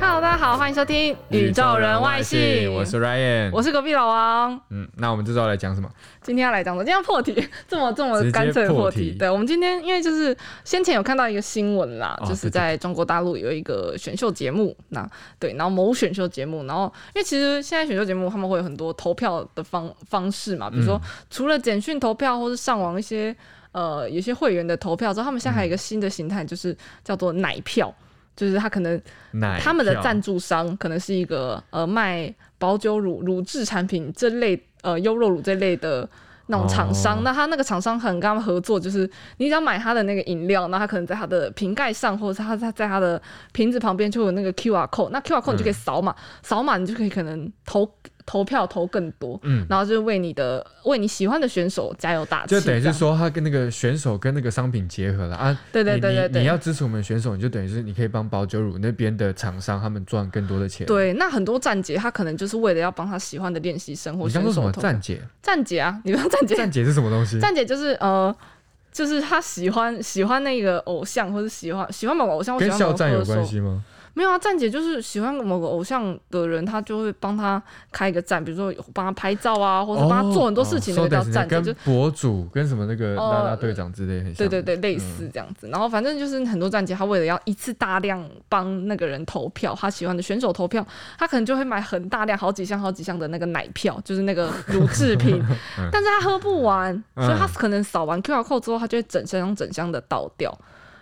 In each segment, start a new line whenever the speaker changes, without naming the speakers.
Hello，大家好，欢迎收听《宇宙人外星》，
我是 Ryan，
我是隔壁老王。
嗯，那我们这周要来讲什么？
今天要来讲的，今天要破题，这么这么
直接
干脆的破
破
题
题。
对，我们今天因为就是先前有看到一个新闻啦，
哦
就是在中国大陆有一个选秀节目，那对，然后某选秀节目，然后因为其实现在选秀节目他们会有很多投票的方方式嘛，比如说除了简讯投票或是上网一些。呃，有些会员的投票之后，他们现在还有一个新的形态，就是叫做奶票，就是他可能
奶
他们的
票
赞助商可能是一个呃卖保酒乳、乳制产品这类呃优酪乳这类的那种厂商，
哦
那他那个厂商可能跟他们合作，就是你只要买他的那个饮料，那他可能在他的瓶盖上，或者是他在在他的瓶子旁边就有那个 QR code，那 QR
嗯
code 你就可以扫码，扫码、你就可以可能投投票投更多，
嗯
然后就是为你的为你喜欢的选手加油打气，
就等于
这
是
样
说，他跟那个选手跟那个商品结合了啊。
对对
你
对对
你
对
你要支持我们选手，你就等于是你可以帮保酒乳那边的厂商他们赚更多的钱。，
对，那很多站姐他可能就是为了要帮他喜欢的练习生或
你
选
刚说什
手
么
投票
站姐？
站姐啊，你不要站姐，
站姐是什么东西？
站姐就是呃，就是她喜欢喜欢那个偶像，或者喜欢喜欢某个偶像，或喜
跟
欢
校
某
站
个
有
歌
关
手。
系吗？
没有啊，站姐就是喜欢某个偶像的人，她就会帮他开一个站，比如说帮他拍照啊，或者帮他做很多事情，那
哦
个叫
哦，so that's-
站姐，就
跟博主跟什么那个
哦
啦啦队长之类很像。嗯
对对对，类似这样子。然后反正就是很多站姐，她为了要一次大量帮那个人投票，她喜欢的选手投票，她可能就会买很大量、好几箱、好几箱的那个奶票，就是那个乳制品。 但是她喝不完，
嗯
所以她可能扫完 QR code 之后，她就会整箱整箱的倒掉。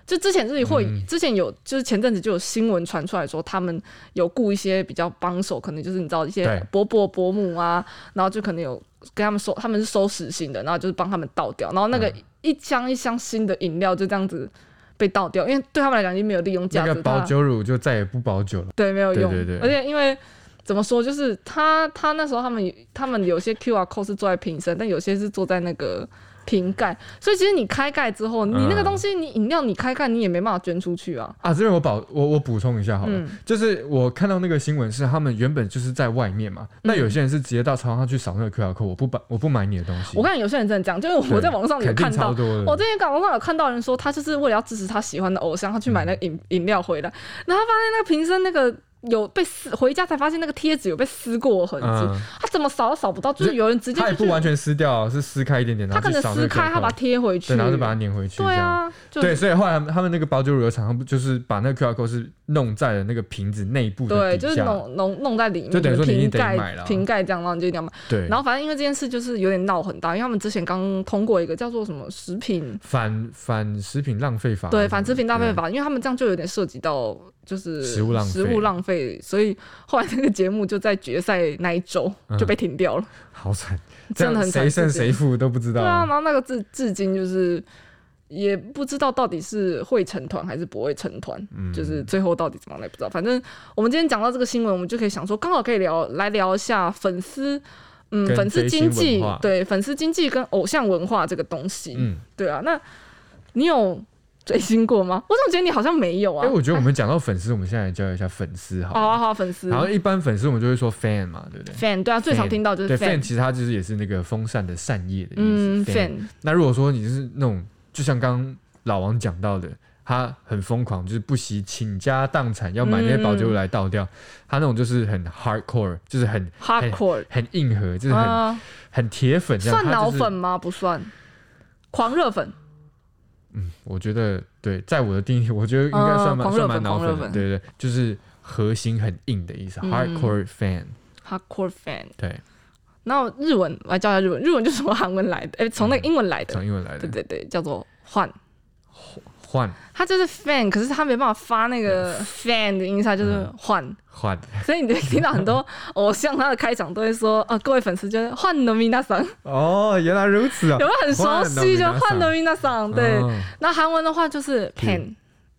就之前自己会，
嗯
之前有就是前阵子就有新闻传出来说，他们有雇一些比较帮手，可能就是你知道一些
对
伯伯伯母啊，然后就可能有跟他们收，他们是收实薪的，然后就是帮他们倒掉，然后那个
嗯
一箱一箱新的饮料就这样子被倒掉，因为对他们来讲已经没有利用价值，
那个保
它
酒乳就再也不保酒了。
对没有用，
对对对
而且因为。怎么说？就是他，他那时候他们他们有些 QR code 是坐在瓶身，但有些是坐在那个瓶盖，所以其实你开盖之后，你那个
嗯
东西，你饮料你开盖，你也没办法捐出去啊。
啊，这边我保我我补充一下好了，
嗯
就是我看到那个新闻是他们原本就是在外面嘛，那
嗯
有些人是直接到超商去扫那个 QR code，我不买我不买你的东西。
我看有些人真的这样，就是
对
我在网上有
肯定
看到
超，多的，
我之前在网上有看到人说，他就是为了要支持他喜欢的偶像，他去买那
嗯
个饮饮料回来，然后他发现那个瓶身那个有被撕，回家才发现那个贴纸有被撕过的痕迹，
嗯
他怎么扫都扫不到，就是有人直接
它也
就
不
去，
完全撕掉，是撕开一点点，然
他
后
可能
去扫那
撕
个
开，
QR
他把它
code
贴回去，
对，然后就把它粘回去，
对
这样。
啊，就
对，所以后来他们他们那个保酒乳的厂商不就是把那个 QR code 是弄在了那个瓶子内部的
对，
底
就是
下，
弄弄弄在里面，
就等于说你一
瓶
定得
盖
买了啊
瓶盖这样，然后你就一定要买。
对，
然后反正因为这件事就是有点闹很大，因为他们之前刚通过一个叫做什么食品
反反食品浪费法，嗯
对，反食品浪费法，因为他们这样就有点涉及到就是
食物浪费
食物浪费，所以后来这个节目就在决赛那一周
嗯
就被停掉了，
对，好惨，这
真
样
的很惨
谁胜
这件
谁
事
负都不知道
对啊，然后那个至至今就是也不知道到底是会成团还是不会成团，
嗯
就是最后到底怎么样也不知道。反正我们今天讲到这个新闻，我们就可以想说，刚好可以聊来聊一下粉丝。嗯，
跟
粉丝
追
经
星
济
文化
对粉丝经济跟偶像文化这个东西，
嗯，
对啊，那你有追星过吗？我怎么觉得你好像没有啊？
哎、我觉得我们讲到粉丝，我们现在来教一下粉丝好了。
好啊，好啊，粉丝
然后一般粉丝我们就会说 fan 嘛，对不对？
fan 对啊，最常听到就是
对 fan，其实它就是也是那个风扇的扇叶的意思。
嗯
fan。
fan
那如果说你是那种，就像刚刚老王讲到的，他很疯狂，就是不惜倾家荡产要买那些保洁物来倒掉，他那种就是很 hardcore，就是很
hardcore
很硬核，就是很、
啊，
很铁粉这样。
算
他
脑
就是
粉吗？不算，狂热粉
我觉得对，在我的定义，我觉得应该算蛮、
啊狂热
算
粉
蛮脑
狂热
粉的，
粉
对对，对就是核心很硬的意思、
嗯
h a r d c o r e fan。
hardcore fan。
对，
然后日文我来教一下日文，日文就是从韩文来的，哎，从那个英文来的，
嗯从英文来
对
的，
对对，叫做换。
换
他就是 fan，可是他没办法发那个 fan 的音效，就是
嗯
换，
换
所以你就听到很 多偶像他的开场都会说，啊，各位粉丝就是换的米娜桑，
哦，原来如此啊
有没有很熟悉？就换的米娜桑，对。
哦
那韩文的话就是
Pen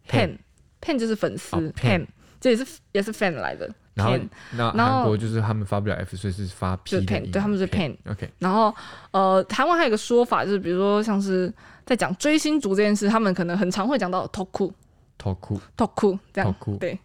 pan pan pan 就是粉丝
嗯哦
pan，
，Pan
这也是也是 fan 来的
然后
pan，
那
然后
韩国就是他们发不了 F，所以是发 P
就是
的
pan，
音。
对他们是 pan。
OK，
然后呃，韩文还有一个说法就是，比如说像是在讲追星族这件事，他们可能很常会讲到 toku
头酷
toku 这样，
toku
对，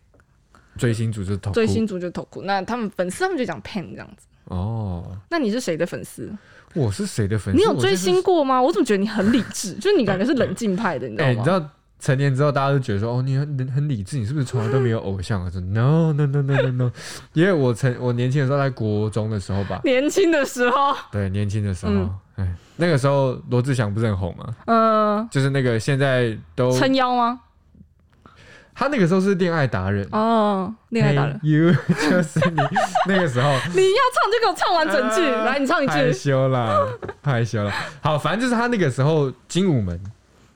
追星族就是头
追星族就 toku，那他们粉丝他们就讲 pan 这样子，
哦，
那你是谁的粉丝？
我是谁的粉丝？
你有
我
追
就是
星过吗？我怎么觉得你很理 智？就是你感觉是冷静派的，你知道
哎、
吗？
你知道成年之后，大家都觉得说，哦，你很很理智，你是不是从来都没有偶像？我啊说 no no no no no no，因为我曾我年轻的时候，在国中的时候吧，
年轻的时候，
对，年轻的时候
嗯，
哎、那个时候罗志祥不是很红吗？
嗯、
就是那个现在都
撑腰吗？
他那个时候是恋爱达人，
哦，恋爱达人，
Hey，you 就是 你那个时候。
你要唱就给我唱完整句，
啊
来，你唱一
害
句。
羞啦，害羞啦。好，反正就是他那个时候精武门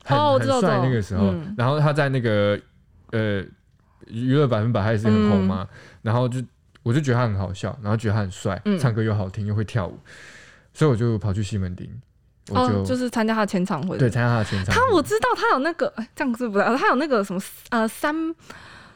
很、
哦我
很
知道我知
帅
道
那个时候，
嗯
然后他在那个呃娱乐百分百他也是很红嘛，然后就我就觉得他很好笑，然后觉得他很帅，
嗯
唱歌又好听又会跳舞，所以我就跑去西门町，我就、
哦，就是参加他的前场会。
对参加他的全场。
他我知道他有那个，哎这样子不对，他有那个什么呃三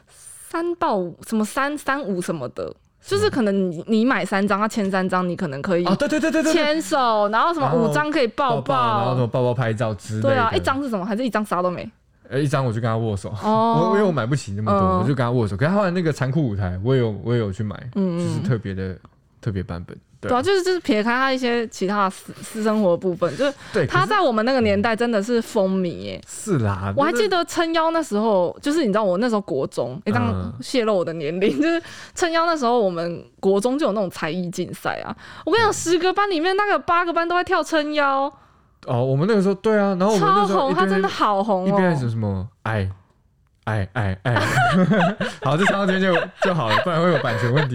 三爆五什么三三五什么的，就是可能你你买三张，他签三张，你可能可以
哦，对对对对对对，
牵手，然后什么
然后
五张可以抱
抱，然后什么抱抱拍照之类的。
对啊，一张是什么？还是一张啥都没？
呃一张我就跟他握手。我
哦，
因为我买不起那么多，
嗯
我就跟他握手。可是他后来那个残酷舞台，我也有我也有去买，
嗯
就是特别的特别版本。对
对啊，就是就是撇开他一些其他的私私生活的部分，就是
对，
他
可
在我们那个年代真的是风靡耶。
是是啦，
我还
就是
记得撑腰那时候，就是你知道我那时候国中，哎、这样
嗯
泄露我的年龄， 就是撑腰那时候我们国中就有那种才艺竞赛啊。我跟你讲，十个班里面那个八个班都在跳撑腰，
嗯哦，我们那个时候对啊，然后我们
超
那时候
红，
一
他
边
真的好红
一
哦。
边什么什么爱爱爱爱， 好，这唱到这边就就好了，不然会有版权问题。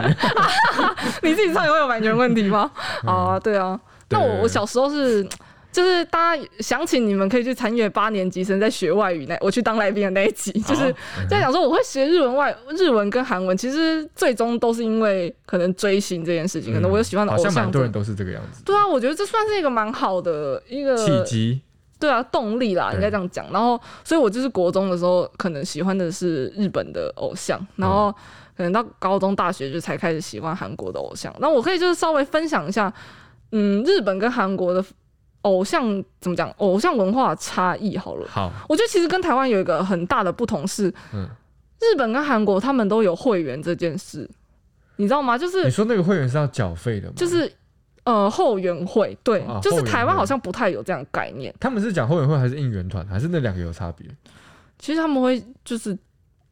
你自己唱也会有版权问题 吗？
嗯
啊，对啊。
对
那
对
我
对
我小时候是，就是大家想起你们可以去参与八年级生在学外语那，我去当来宾的那一集，
啊嗯
就是在讲说我会学日文外日文跟韩文，其实最终都是因为可能追星这件事情，可能我有喜欢的
嗯好
偶
像
像
蛮多
这
人。都是这个样子，
对啊，我觉得这算是一个蛮好的一个
契机
对啊动力啦，
对
应该这样讲。然后，所以我就是国中的时候可能喜欢的是日本的偶像，然
嗯
后可能到高中、大学就才开始喜欢韩国的偶像。那我可以就是稍微分享一下，嗯，日本跟韩国的偶像怎么讲，偶像文化的差异好了。
好，
我觉得其实跟台湾有一个很大的不同是，
嗯
日本跟韩国他们都有会员这件事，你知道吗？就是
你说那个会员是要缴费的吗？
就是呃后援会，对，
啊
就是
后援
台湾
会
好像不太有这样的概念。
他们是讲后援会还是应援团，还是那两个有差别？
其实他们会就是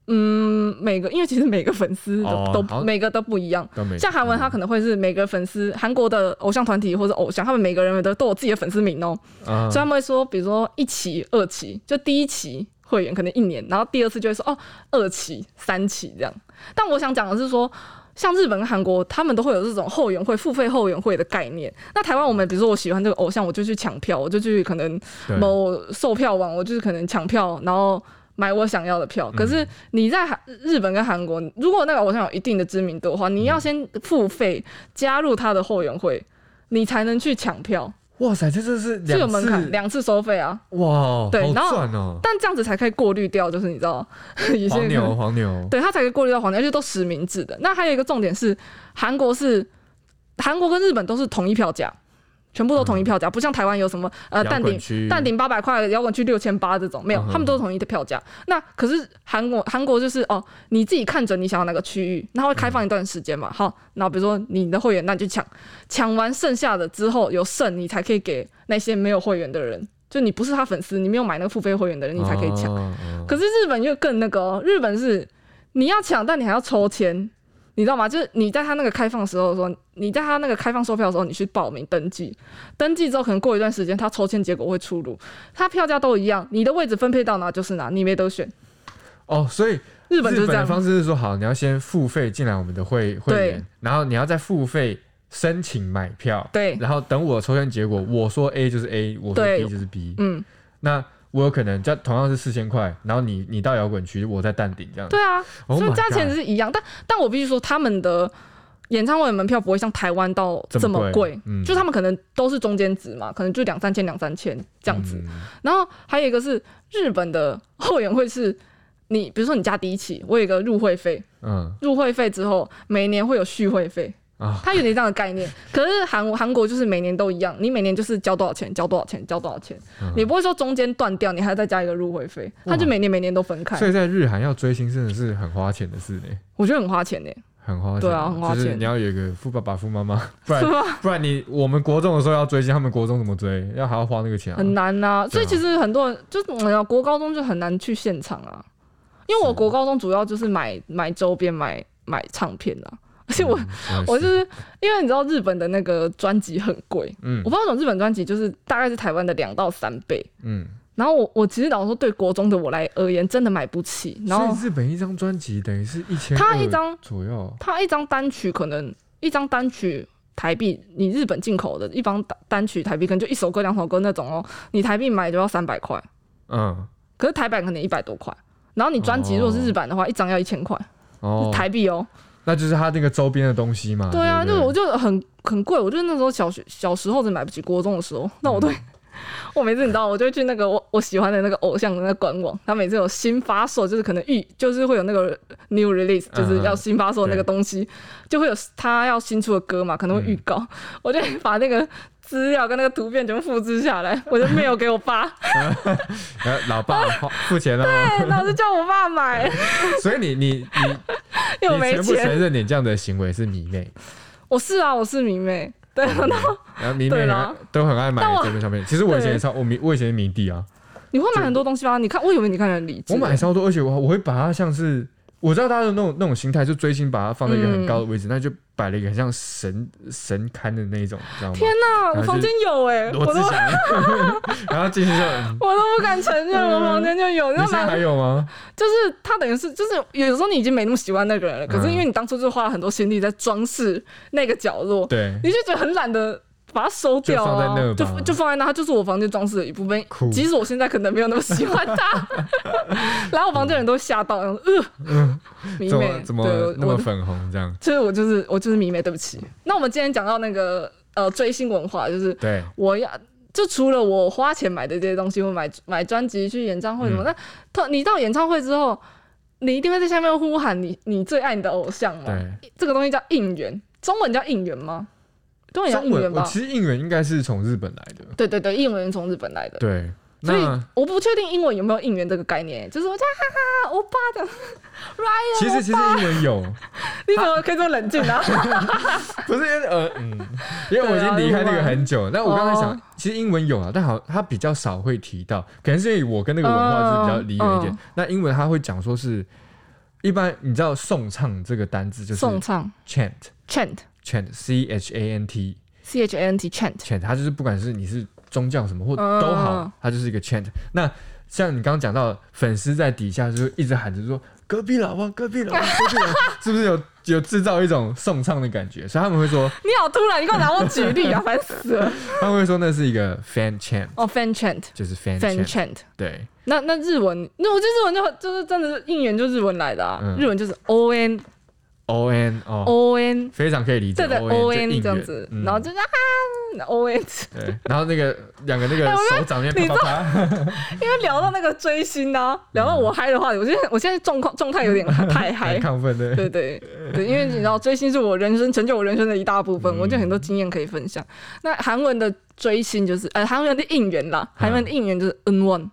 嗯，每个因为其实每个粉丝都、
哦
都
好
每个都不一样。
都没嗯
像韩文，他可能会是每个粉丝，韩国的偶像团体或者偶像，他们每个人都都有自己的粉丝名哦、
啊
所以他们会说，比如说一期、二期，就第一期会员可能一年，然后第二次就会说哦二期、三期这样。但我想讲的是说，像日本跟韩国，他们都会有这种后援会、付费后援会的概念。那台湾我们比如说我喜欢这个偶像，我就去抢票，我就去可能
对
某售票网，我就是可能抢票，然后。买我想要的票，
嗯
可是你在韩日本跟韩国，如果那个偶像有一定的知名度的话，你
嗯
要先付费加入他的后援会，你才能去抢票，
哇塞，这真是
这有
两
门槛，
次
两次收费啊。
哇，
对
好
然后
赚哦，
但这样子才可以过滤掉，就是你知道 一些
黄牛
人
黄牛，
对他才可以过滤掉黄牛，而且都实名制的。那还有一个重点是，韩国是韩国跟日本都是统一票价，全部都统一票价，不像台湾有什么呃
嗯摇
淡
滚
定
区
淡定八百块，摇滚区六千八这种没有
嗯，哼
他们都是统一的票价。那可是韩国韩国就是哦，你自己看准你想要哪个区域，那它会开放一段时间嘛。
嗯
好，那比如说你的会员，那你就抢，抢完剩下的之后有剩，你才可以给那些没有会员的人，就你不是他粉丝，你没有买那个付费会员的人，你才可以抢。
哦哦
可是日本又更那个、哦，日本是你要抢，但你还要抽签，你知道吗？就是你在他那个开放的时候说，你在他那个开放售票的时候，你去报名登记，登记之后可能过一段时间，他抽签结果会出炉，他票价都一样，你的位置分配到哪就是哪，你没得选。
哦，所以
日
日
本就是这
的
样，
方式是说，好，你要先付费进来我们的会会
对
员，然后你要再付费申请买票，
对，
然后等我的抽签结果，我说 A 就是 A，我说
对
B 就是 B，
嗯，
那我有可能在同样是四千块，然后你你到摇滚区，我在淡定这样，
对啊，
Oh
所以
my
价钱
God
是一样，但但我必须说他们的。演唱会的门票不会像台湾到
这么
这么
贵
贵，
嗯
就他们可能都是中间值嘛，可能就两三千、两三千这样子。
嗯
然后还有一个是日本的后援会是，你比如说你加第一期，我有一个入会费，
嗯
入会费之后每年会有续会费，
啊，
它有点这样的概念。可是韩 韩国就是每年都一样，你每年就是交多少钱，交多少钱，交多少钱，
嗯
你不会说中间断掉，你还要再加一个入会费，它就每年每年都分开
所，以在日韩要追星真的是很花钱的事呢，
我觉得很花钱呢、
很花钱，
对啊很花
就是
钱
你要有一个富爸爸、富 妈妈，不然不然你我们国中的时候要追星，他们国中怎么追？要还要花那个钱、啊，
很难呐、所
对啊
以其实很多人就是我们国高中就很难去现场啊，因为我
是
国高中主要就是买买周边、买买唱片啊，而且我、
嗯
我
也
就是因为你知道日本的那个专辑很贵，
嗯
我不知道为什么日本专辑就是大概是台湾的两到三倍。
嗯，
然后我我其实老实说，对国中的我来而言，真的买不起。然后
所以日本一张专辑等于是一千，
他一张
左右，
它一张单曲可能一张单曲台币，你日本进口的一张单单曲台币可能就一首歌、两首歌那种哦，你台币买就要三百块，
嗯
可是台版可能一百多块。然后你专辑如果是日版的话，一张要一千块
哦，
台币哦。
那就是他那个周边的东西嘛。
对啊，
不
就是我就很很贵，我就是那时候小学小时候真的买不起，国中的时候，那我对、 我每次你知道，我就会去那个我我喜欢的那个偶像的那个官网，他每次有新发售，就是可能预就是会有那个 new release，就是要新发售的那个东西，就会有他要新出的歌嘛，可能会预告，我就会把那个。资料跟那个图片全部复制下来，我就没有给我爸，
呃老爸 花付钱了吗？
哎老是叫我爸买，
所以你你你
因为我
你
没
全部
钱。
承认你这样的行为是迷 妹，
我是啊，我是迷妹，对，
然后迷妹
对
很
啦
爱都很爱买
但我
周边商品。其实我以前也
对
超我迷我以前也迷弟啊，
你会买很多东西吗？你看，我以为你看得很理智。欸
我买超多，而且我我会把它像是我知道大家的那种那种心态，就追星把它放在一个很高的
嗯
位置，那就摆了一个很像神神龛的那一种，你知道吗？
天哪，
然后
我
就
房间有哎、我
罗
都
志祥， 然后进去就，嗯
我都不敢承认，我房间就有。
你
要
现
不
在还
然
有吗？
就是他等于是就是有时候你已经没那么喜欢那个人了，可是
嗯
因为你当初就花了很多心力在装饰那个角落，
对，
你就觉得很懒得。把它收掉
就放在
啊，
那吧
就就放在那，它就是我房间装饰的一部分
酷。
即使我现在可能没有那么喜欢它， 然后我房间人都吓到，然后呃，迷
怎
妹
嗯么，怎么
对，
那
我的
么粉红这样？
就是我就是我就是迷妹，对不起。那我们今天讲到那个呃追星文化，就是
对，
我要就除了我花钱买的这些东西，我买买专辑去演唱会什么，
嗯
那他你到演唱会之后，你一定会在下面呼喊你你最爱你的偶像嘛？
对。
这个东西叫应援，中文叫应援吗？中文叫
中
应
文
援
我
吧？
其实应援应该是从日本来的，
对对对，应援从日本来的。
对。
所以哎
那
我不确定英文有没有应援这个概念，就是我哈哈哈，欧巴的，
其实其实英文有，
你怎么可以这么冷静 啊？
不是因为呃嗯，因为我已经离开那个很久。但我刚才想
哦，
其实英文有啊，但好他比较少会提到，可能是因为我跟那个文化就是比较离远一点
嗯。
那英文他会讲说是，一般你知道颂唱这个单字就是
颂唱
chant
chant
chant c h a n t
c h a n t chant，
chant，它就是不管是你是宗教什么或
嗯
都好，它就是一个 chant。那像你刚刚讲到，粉丝在底下就是一直喊着说“隔壁老王，隔壁老王，隔壁老王”， 是不是有有制造一种颂唱的感觉？所以他们会说，
你好突然，你给我拿我举例啊，烦死了。
他们会说那是一个 fan chant，
哦，fan chant，fan
就是 fan chant。
chant。
对，
那那日文，那我就日文就很就是真的是应援就日文来的啊，
嗯
日文就是 O N
O N 哦，
O N，
非常可以理解
对的
O
O
N
N 这样子，然后。
就
就
应援嗯
是啊 O N，
对，然后那个两个那
哎
个手掌面啪啪啪，
因为聊到那个追星啊，聊到
嗯
我嗨的话，我觉得我现在状况状态有点 太嗨
很。亢奋的。
对对对，因为你知道追星是我人生成就我人生的一大部分，
嗯
我就很多经验可以分享。那韩文的追星就是呃韩文的应援啦，韩文的应援就是 N one。
嗯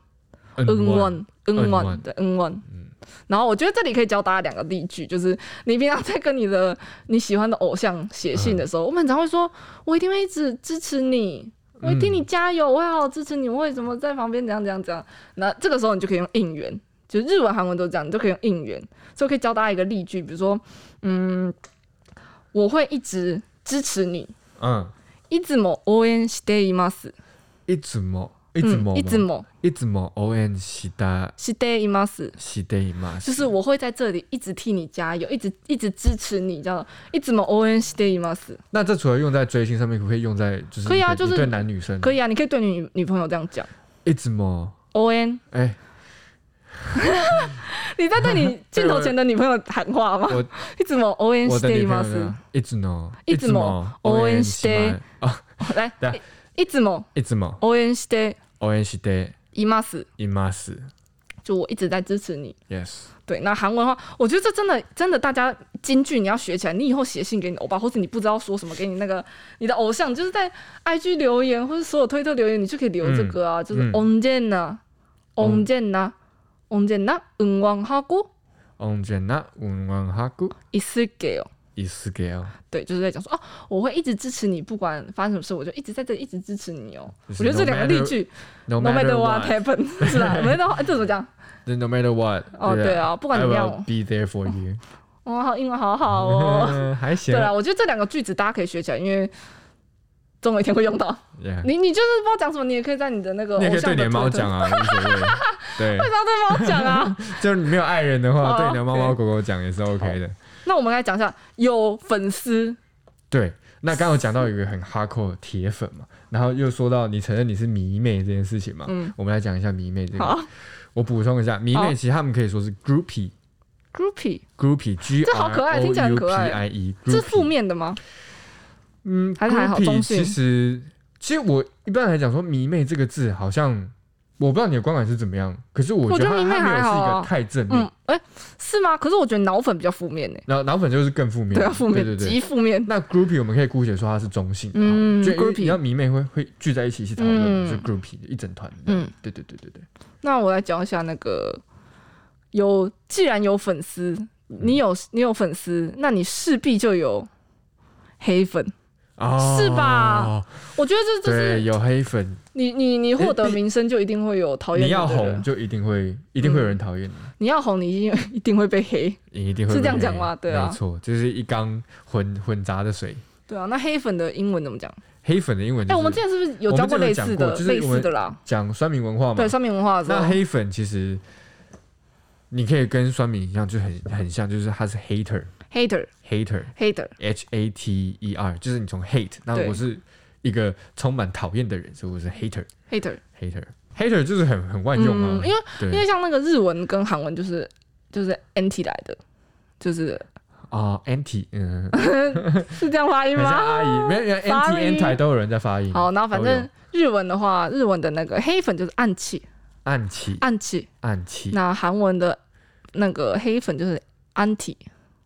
N one N
N1
one 对 N one，
嗯
然后我觉得这里可以教大家两个例句，就是你平常在跟你的你喜欢的偶像写信的时候，我们很常会说，我一定会一直支持你，我一定你加油，我会好好支持你，我会怎么在旁边怎样怎样怎样。那这个时候你就可以用应援，就日文、韩文都这样，你就可以用应援。所以我可以教大家一个例句，比如说，嗯，我会一直支持你，
嗯，
いつも応援しています。
一直摸，一
い
直摸，
いつも
いつも応援した
しています。
していま
就
す。
是我会在这里一直替你加油，一直一直支持你，这样一直么 O N S T 吗？
那这除了用在追星上面，可不可以用在就是
可以啊
你
就是
对男女生
可以啊，你可以对你女女朋友这样讲
以一直摸
O N。
哎，
你在对 你镜头前的女朋友喊话吗
我？
一直么 O N
我
S
的
T
女朋友
吗？
呢一直摸
いつも応援して
啊，
来
对啊，
一一直么
いつも
O N S T
応援して
います，
います。
就我一直在支持你。
Yes，
对，那韩文的话，我觉得这真的真的，大家京剧你要学起来。你以后写信给你的欧巴，或是你不知道说什么，给你那个你的偶像，就是在 IG 留言或者所有推特留言，你就可以留这个啊，就是
嗯
언제나언제나언제나응원하고
언제나 응원하고
있을게요。
以 scale，
对，就是在讲说哦，我会一直支持你，不管发生什么事，我就一直在这里一直支持你哦。
就是
我觉得这
no
两个例
matter-
句
no
，no matter
matter
what
what，
happen，是吧？no matter what，这怎么 讲？
then no matter what，
哦，对啊，不管
，I
怎么样
will，be there for you。
哇，好英文好好哦。
还行
对啊，我觉得这两个句子大家可以学起来，因为总有一天会用 到。
，yeah，
你你就是不知道讲什么，你也可以在你的那个偶
你也
像
可
的
以对你的猫
Twitter
讲啊，无所谓。
对
对，
猫讲 啊。
就是你没有爱人的话，
哦
对你的猫猫
OK
狗狗讲也是 OK 的。
那我们来讲一下，有粉丝
对，那刚刚有讲到有一个很 hardcore 的铁粉嘛，然后又说到你承认你是迷妹这件事情嘛，
嗯
我们来讲一下迷妹这
好
个。我补充一下，迷
好
妹其实他们可以说是 groupie。
groupie，
groupie g
这好
r
可爱
o
听
u
起来很
p
可爱
i e，
这是负
groupie
面的吗？
嗯，
还是还好
groupie
中性
其实其实我一般来讲说迷妹这个字好像。我不知道你的观感是怎么样，可是我
我
觉得
觉得
它
迷妹
它没有
还好
是一
啊
个太正面
嗯，，哎、是吗？可是我觉得脑粉比较负面呢、
然后脑粉就是更负面，
对啊，负面，
对对
极负面。
那 groupie 我们可以姑且说它是中性的，哦
嗯
就因为
groupie
你要迷妹会会聚在一起去讨论，
嗯
就 groupie 一整团，嗯
嗯，
对对对对对，
那我来讲一下那个有，既然有粉丝，
嗯
你有你有粉丝，那你势必就有黑粉。
哦
是吧？我觉得这就
对，
是
有黑粉，
你你你获得名声就一定会有讨厌
你
你
要
的
红
人，
就一定会一定会有人讨厌你，
你要红，你一定 一定会被黑。
你一定会
嗯是这样
被
讲
黑
吗对啊
没错，就是一缸混混杂的水。
对啊，那黑粉的英文怎么讲？
黑粉的英文
哎、
就是
我们之前是不是有
我们
教
之前
类
有讲
似
过
的、
就是
类
我们
似的啦？
讲酸民文化嘛
对，，上面文化的时候
那黑粉其实你可以跟酸民一样，就很很像，就是他是 hater
hater
hater。
hater，
H A T E R，就是你从 hate，那
对
我是一个充满讨厌的人，所以我是 hater
hater，
hater hater，就是很很万用啊
嗯，，因为
对
因为像那个日文跟韩文就是就是 anti 来的，就是
啊 anti，嗯，
是这样发音
很像
吗？
阿姨，没有 anti
Sorry
anti 都有人在发音，
啊好，然后反
都
正
有
日文的话，日文的那个黑粉就是暗器，
暗器
暗器；
暗器
那韩文的那个黑粉就是 anti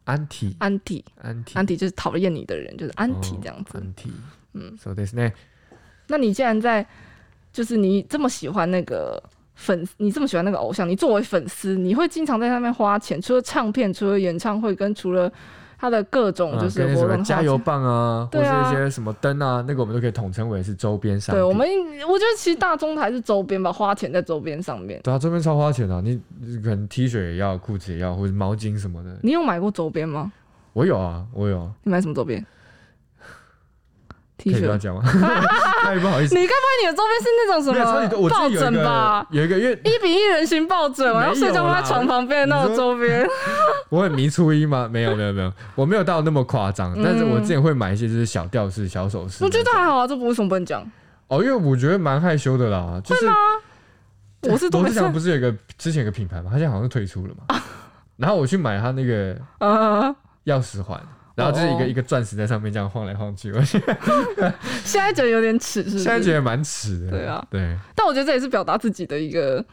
anti
anti
anti
anti，就是讨厌你的人，就是
哦
anti 这样子。
anti，嗯
嗯
，so this 呢，
那你既然在，就是你这么喜欢那个粉，你这么喜欢那个偶像，你作为粉丝，你会经常在上面花钱，除了唱片，除了演唱会，跟除了他的各种
啊
哦就
跟
是
那
活
什
动花
么加
钱
油棒啊，或
对
是
啊
一些什么灯啊，那个我们都可以统称为是周边商品。
对我们，我觉得其实大众还是周边吧，花钱在周边上面。
对啊，周边超花钱的啊，你你可能 T 恤也要，裤子也要，或者毛巾什么的，
你有买过周边吗？
我有啊，我有啊，
你买什么周边？T
可以不要
恤？
讲吗？ 太不好 意思，
你该不会你的周边是那种什
没有超级多，
么
我自
抱
己有一
枕
个
吧？
有一个，因为
一比一人形抱枕，我
没有
要睡觉
啦
在床旁边的那
你
种周边。
我很迷初一吗？没有没有没有，我没有到那么夸张， 但是我之前会买一些就是小吊饰、小首饰。
我觉得还好啊，这不为什么不能 讲？
哦，因为我觉得蛮害羞的啦，就是
我是都没
罗志
事
祥不是有一个之前有个品牌嘛，他现在好像退出了嘛， 然后我去买他那个
啊。
钥匙环。然后就是一个
哦
一个钻石在上面这样晃来晃去，我现
现在觉得有点耻，是不是？
在觉得蛮耻的。
对啊，
对
但我觉得这也是表达自己的一个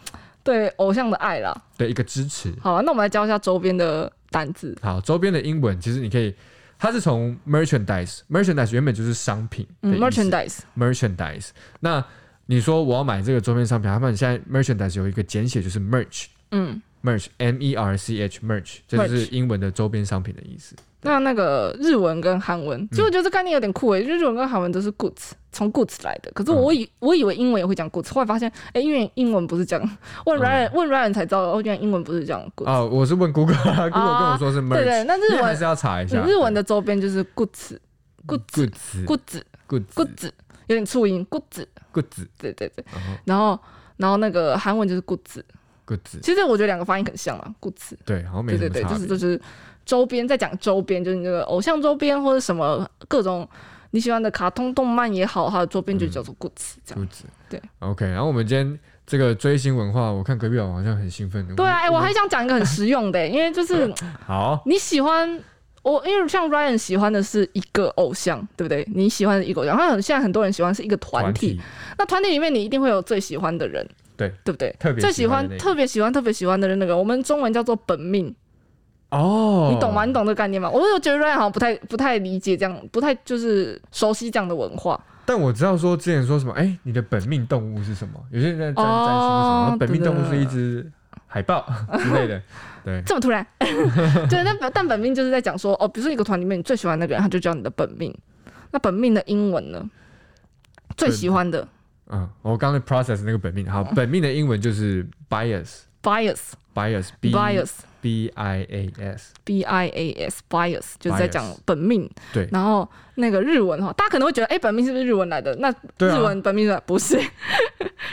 对偶像的爱啦。
对，一个支持。
好啊，那我们来教一下周边的单字。
好，周边的英文其实你可以，它是从 merchandise，merchandise 原本就是商品的
嗯
意思
，merchandise，
merchandise。那你说我要买这个周边商品，他们现在 merchandise 有一个简写就是 merch。
嗯，
merch m e r c h merch，这就是英文的周边商品的意思。
那那个日文跟韩文，其实我觉得这概念有点酷诶、因为日文跟韩文都是 goods，从 goods 来的。可是
嗯
我以、我以为英文也会讲 goods，后来发现，哎、因为英文不是这样。问 Ryan、问 Ryan 才知道，哦，原来英文不是这样 goods。
嗯
啊
哦，我是问 Google，Google 跟我说是
对
merch，
对，那
因
日
为还
文
是要查一下
日文的周边就是 goods。
goods
goods
goods
goods
goods
goods 嗯有点促音 goods，
goods，
对对对。
然后
然后然后那个韩文就是 goods，
goods，
其实我觉得两个发音很像啦 g o o d s
对，好像没
对
什
对对，
么差
就是
别
就。是周边，在讲周边，就是你这个偶像周边或者什么各种你喜欢的卡通、动漫也好，它的周边就叫做 g o o d s 这样。
goods，
对
，OK。然后我们今天这个追星文化，我看隔壁老王好像很兴奋。
对啊，哎、我
们
还想讲一个很实用的、欸 因为就是
好，
你喜欢我，因为像 Ryan 喜欢的是一个偶像，对不对？你喜欢的一个偶像，然后现在很多人喜欢是一个团体，那团体里面你一定会有最喜欢的人，
对
对不对？
特别
最
喜
喜
欢
欢
的那个、
特别喜欢、特别喜欢的人，那个我们中文叫做本命。
哦，
你懂吗？你懂这个概念吗？我就觉得 Ryan 好像不太不太理解这样，不太就是熟悉这样的文化。
但我知道说之前说什么，哎、你的本命动物是什么？有些人在占
哦
占星什么，本命动物是一只 海报之类的。对，
这么突然， 对，但本但本命就是在讲说，哦，比如说一个团里面你最喜欢那个人，他就叫你的本命。那本命的英文呢？最喜欢的
嗯，我刚才 process 那个本命，好，
哦
本命的英文就是 bias，bias，b
bias
bias
bias
b i a s，
b i a s bias 就是在
bias
讲本命。
对
然后那个日文哈，大家可能会觉得，哎、本命是不是日文来的？那
对啊
日文本命的不是，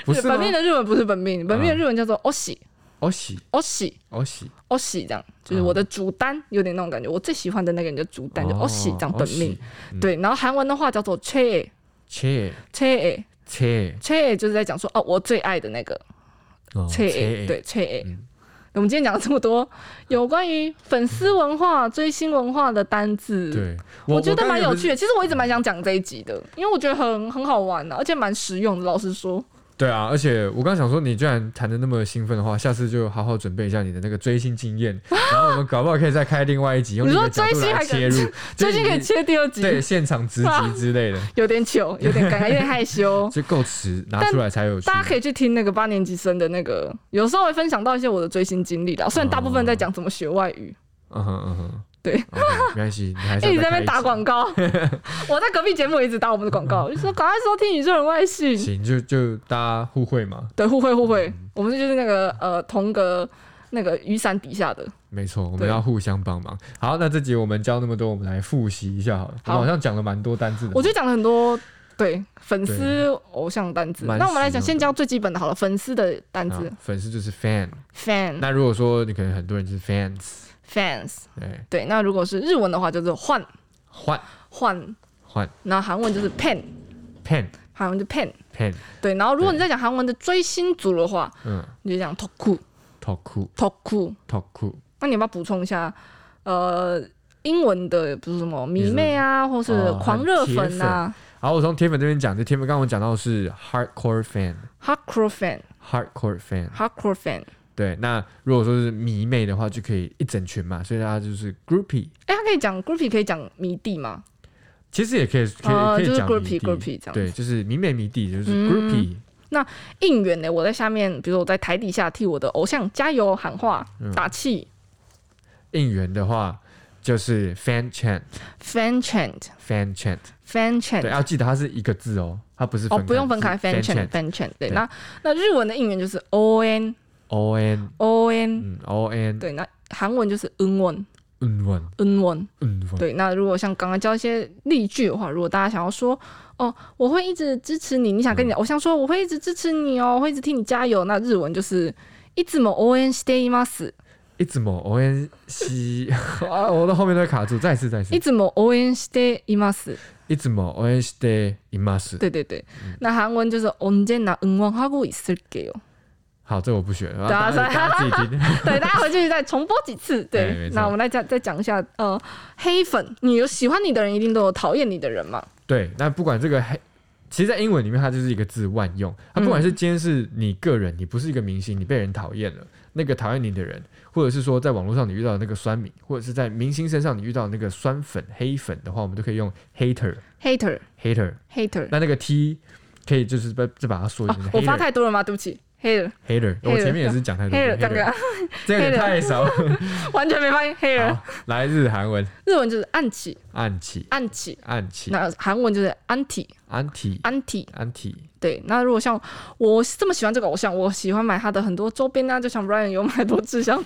不是吗哦
本命的日文不是本命，本命的日文叫做 oshi
？oshi
oshi
oshi，
oshi 哦这样，就是
嗯
我的主单，有点那种感觉。我最喜欢的那个人的主单
哦
就 oshi 这样哦本命。
嗯
对，然后韩文的话叫做 che
，che
che
che
che，就是在讲说，哦，我最爱的那个 che，，对 che。
哦嗯
我们今天讲了这么多有关于粉丝文化、追星文化的单字，
对，
嗯我觉得
刚
蛮
原
有
本
趣的。其实我一直蛮想讲这一集的，因为我觉得很很好玩的、而且蛮实用的。老实说，
对啊，而且我刚想说，你居然谈的那么兴奋的话，下次就好好准备一下你的那个追星经验，然后我们搞不好可以再开另外一集，用
啊你
另一
说
个角度
追星
来
还可
切
以
入，
最
就是
近可以
你
切啊第二集，
对现场直击之类的，。
有点糗，有点尴尬，有点害羞
就够迟拿
但
出来才有趣。
大家可以去听那个八年级生的那个，有稍微分享到一些我的追星经历啦。虽然大部分在讲怎么学外语，
嗯哼嗯哼，
对
OK，没关系，你 还是
一直
要
在那
再开
边打
一集
广告。我在隔壁节目也一直打我们的广告，就说赶快收听宇宙人外信。
行，就就大家互惠嘛，
对，互惠互惠，我们就是那个呃同个那个雨伞底下的。
没错，我们
对
要互相帮忙。好，那这集我们教那么多，我们来复习一下好了。我
好
们好像讲了蛮多单字的，
我觉得讲了很多对粉丝偶像单字，
蛮
那我们来讲
实用
先教最基本的好了，粉丝的单字
啊粉丝就是 fan，
fan
那如果说你可能很多人就是 fans，
fans。
对，
对，那如果是日文的话，就是换
换
换，
换
那韩文就是 pen，
pen
韩文就 pen。
pen，
对，然后如果
对
你在讲韩文的追星族的话，
嗯
你就讲 toku
，toku
toku。
toku，
那你要不要补充一下？呃，英文的比如什么迷妹啊，或是
哦
狂热粉啊、
好，我从铁粉这边讲，就铁粉刚刚我讲到的是 hardcore fan，hardcore
hardcore fan、
fan，
hardcore fan。
对，那如果说是迷妹的话，就可以一整群嘛，所以大家就是 groupie，
哎，他可以讲 groupie，可以讲迷弟吗？
其实也可以可以、
哦
可以
就是
讲迷
groupie
弟
groupie 这样。
对，就是迷妹迷弟，就是
嗯
groupie，、
应援呢、欸我在下面，比如说我在台底下替我的偶像加油喊话、
嗯
打气
应援的话就是 fan chant
，fan chant，fan
fan chant，
chant。
对，要记得它是一个字哦，它不是
哦，
分
不用分开
是
，fan
chant
chant，fan chant。对，
对
那那日文的应援就是 o n
o n
o n，
嗯 o n
对，那韩文就是嗯文
嗯文
嗯文。
嗯文，
对，那如果像刚刚教一些例句的话，如果大家想要说哦，我会一直支持你，你想跟你
嗯
的偶像说我会一直支持你哦，我会一直替你加油，那日文就是いつも応援しています。
一直某 o n 西啊，我的后面都会卡住，再一次再一次
い，つも応援しています。
一直某 o n 西的 imas，
对对对，
嗯
那韩文就是언제나응원하고있을게요。
好，这我不学了，
对啊
大家大家自己听。
对，大家回去再重播几次。
哎
对
没，错
那我们来讲再讲一下，呃，黑粉，你有喜欢你的人，一定都有讨厌你的人嘛。
对，那不管这个黑，其实，在英文里面它就是一个字万用。它不管是今天是你个人，你不是一个明星，你被人讨厌了，那个讨厌你的人，或者是说在网络上你遇到的那个酸民，或者是在明星身上你遇到的那个酸粉、黑粉的话，我们都可以用 hater、
hater
hater。
hater，
那那个 t 可以就是把再把它缩
啊
成、
我发
hater、哎
太多了吗？对不起，hater
hater。我前面也是讲太多
hater，刚
hater，
刚
这个
hater
太少。
完全没发现 hater，
好，来日韩文，
日文就是暗起
暗起、
暗起，
暗起、
那韩文就是 anti
安体、
anti。
安体。
对，那如果像我这么喜欢这个偶像，我喜欢买他的很多周边啊，就像 Brian 有买多志祥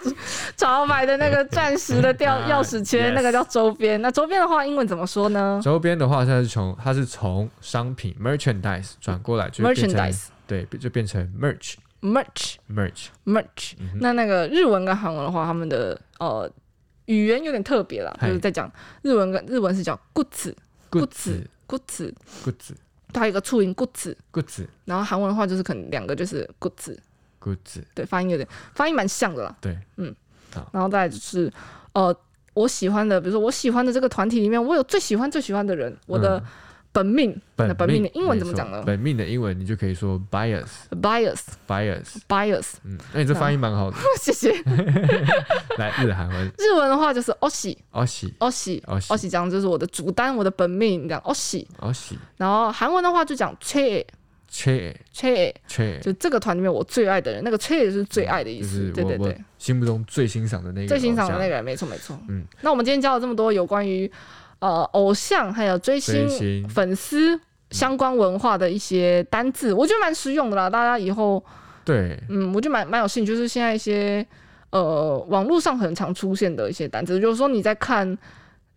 潮买的那个钻石的吊
啊
钥匙圈，
yes
那个叫周边。那周边的话，英文怎么说呢
周边的话，它是从它是从商品 merchandise 转过来，就会变成
？merchandise
对，就变成 merch
merch
merch。
merch、那那个日文跟韩文的话，他们的呃语言有点特别啦，就
嗨
是在讲日文跟日文是叫 goods goods goods，
goods
它有一个促音 goods，
goods
然后韩文的话就是可能两个就是 goods，
goods
对，发音有点发音蛮像的啦。
对，
然后再来就是呃，我喜欢的，比如说我喜欢的这个团体里面，我有最喜欢最喜欢的人，我的
嗯
本命，那本命的英文怎么
没错
讲呢
本命的英文你就可以说 bias
bias
bias。
bias，
嗯，那你这发音蛮好的。
谢谢。
来日韩文
日文的话就是 oshi
oshi
oshi
oshi
oshi 讲就是我的主单，我的本命，讲 oshi。
oshi
然后韩文的话就讲 che
切
Che
切，
就这个团里面我最爱的人，那个 Che 是最爱的意
嗯就
思，
是
对
我
对
我
对，
心目中最欣赏的那个
最欣赏的那
个
个人，没错没错。
嗯，
那我们今天教了这么多有关于呃偶像还有追
追
星
星，
粉丝相关文化的一些单字，我觉得蛮实用的啦。大家以后，
对，
嗯，我就蛮蛮有兴趣，就是现在一些呃网络上很常出现的一些单字，就是说你在看。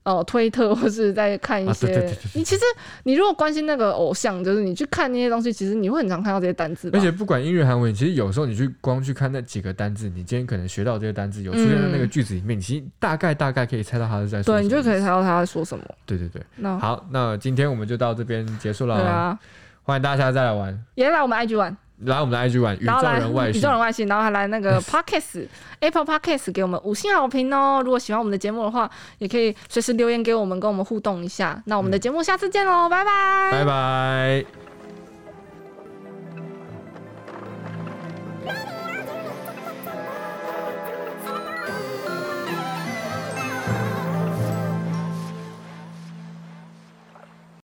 呃，推特或是在看一
啊
些，
对对对对对
你其实你如果关心那个偶像，就是你去看那些东西，其实你会很常看到这些单字吧。
而且不管英语、韩文，其实有时候你去光去看那几个单字，你今天可能学到这些单字，有出现在那个
嗯
句子里面，你其实大概大概可以猜到他是在说
对，你
什么
就可以
意
猜
思
到他在说什么。
对对对。
那
好，那今天我们就到这边结束了
对
哦，
啊，
欢迎大家再来玩，
也来我们 IG 玩，
来我们的 IG 玩宇
然后
宙
来
人外
宇
星
宙，人外星，然后还来那 个 Podcast Apple Podcast 给我们五星好评哦。如果喜欢我们的节目的话，也可
嗯
以随时留言给我们，跟我们互动一下。那我们的节目下次见喽，拜拜，
拜拜。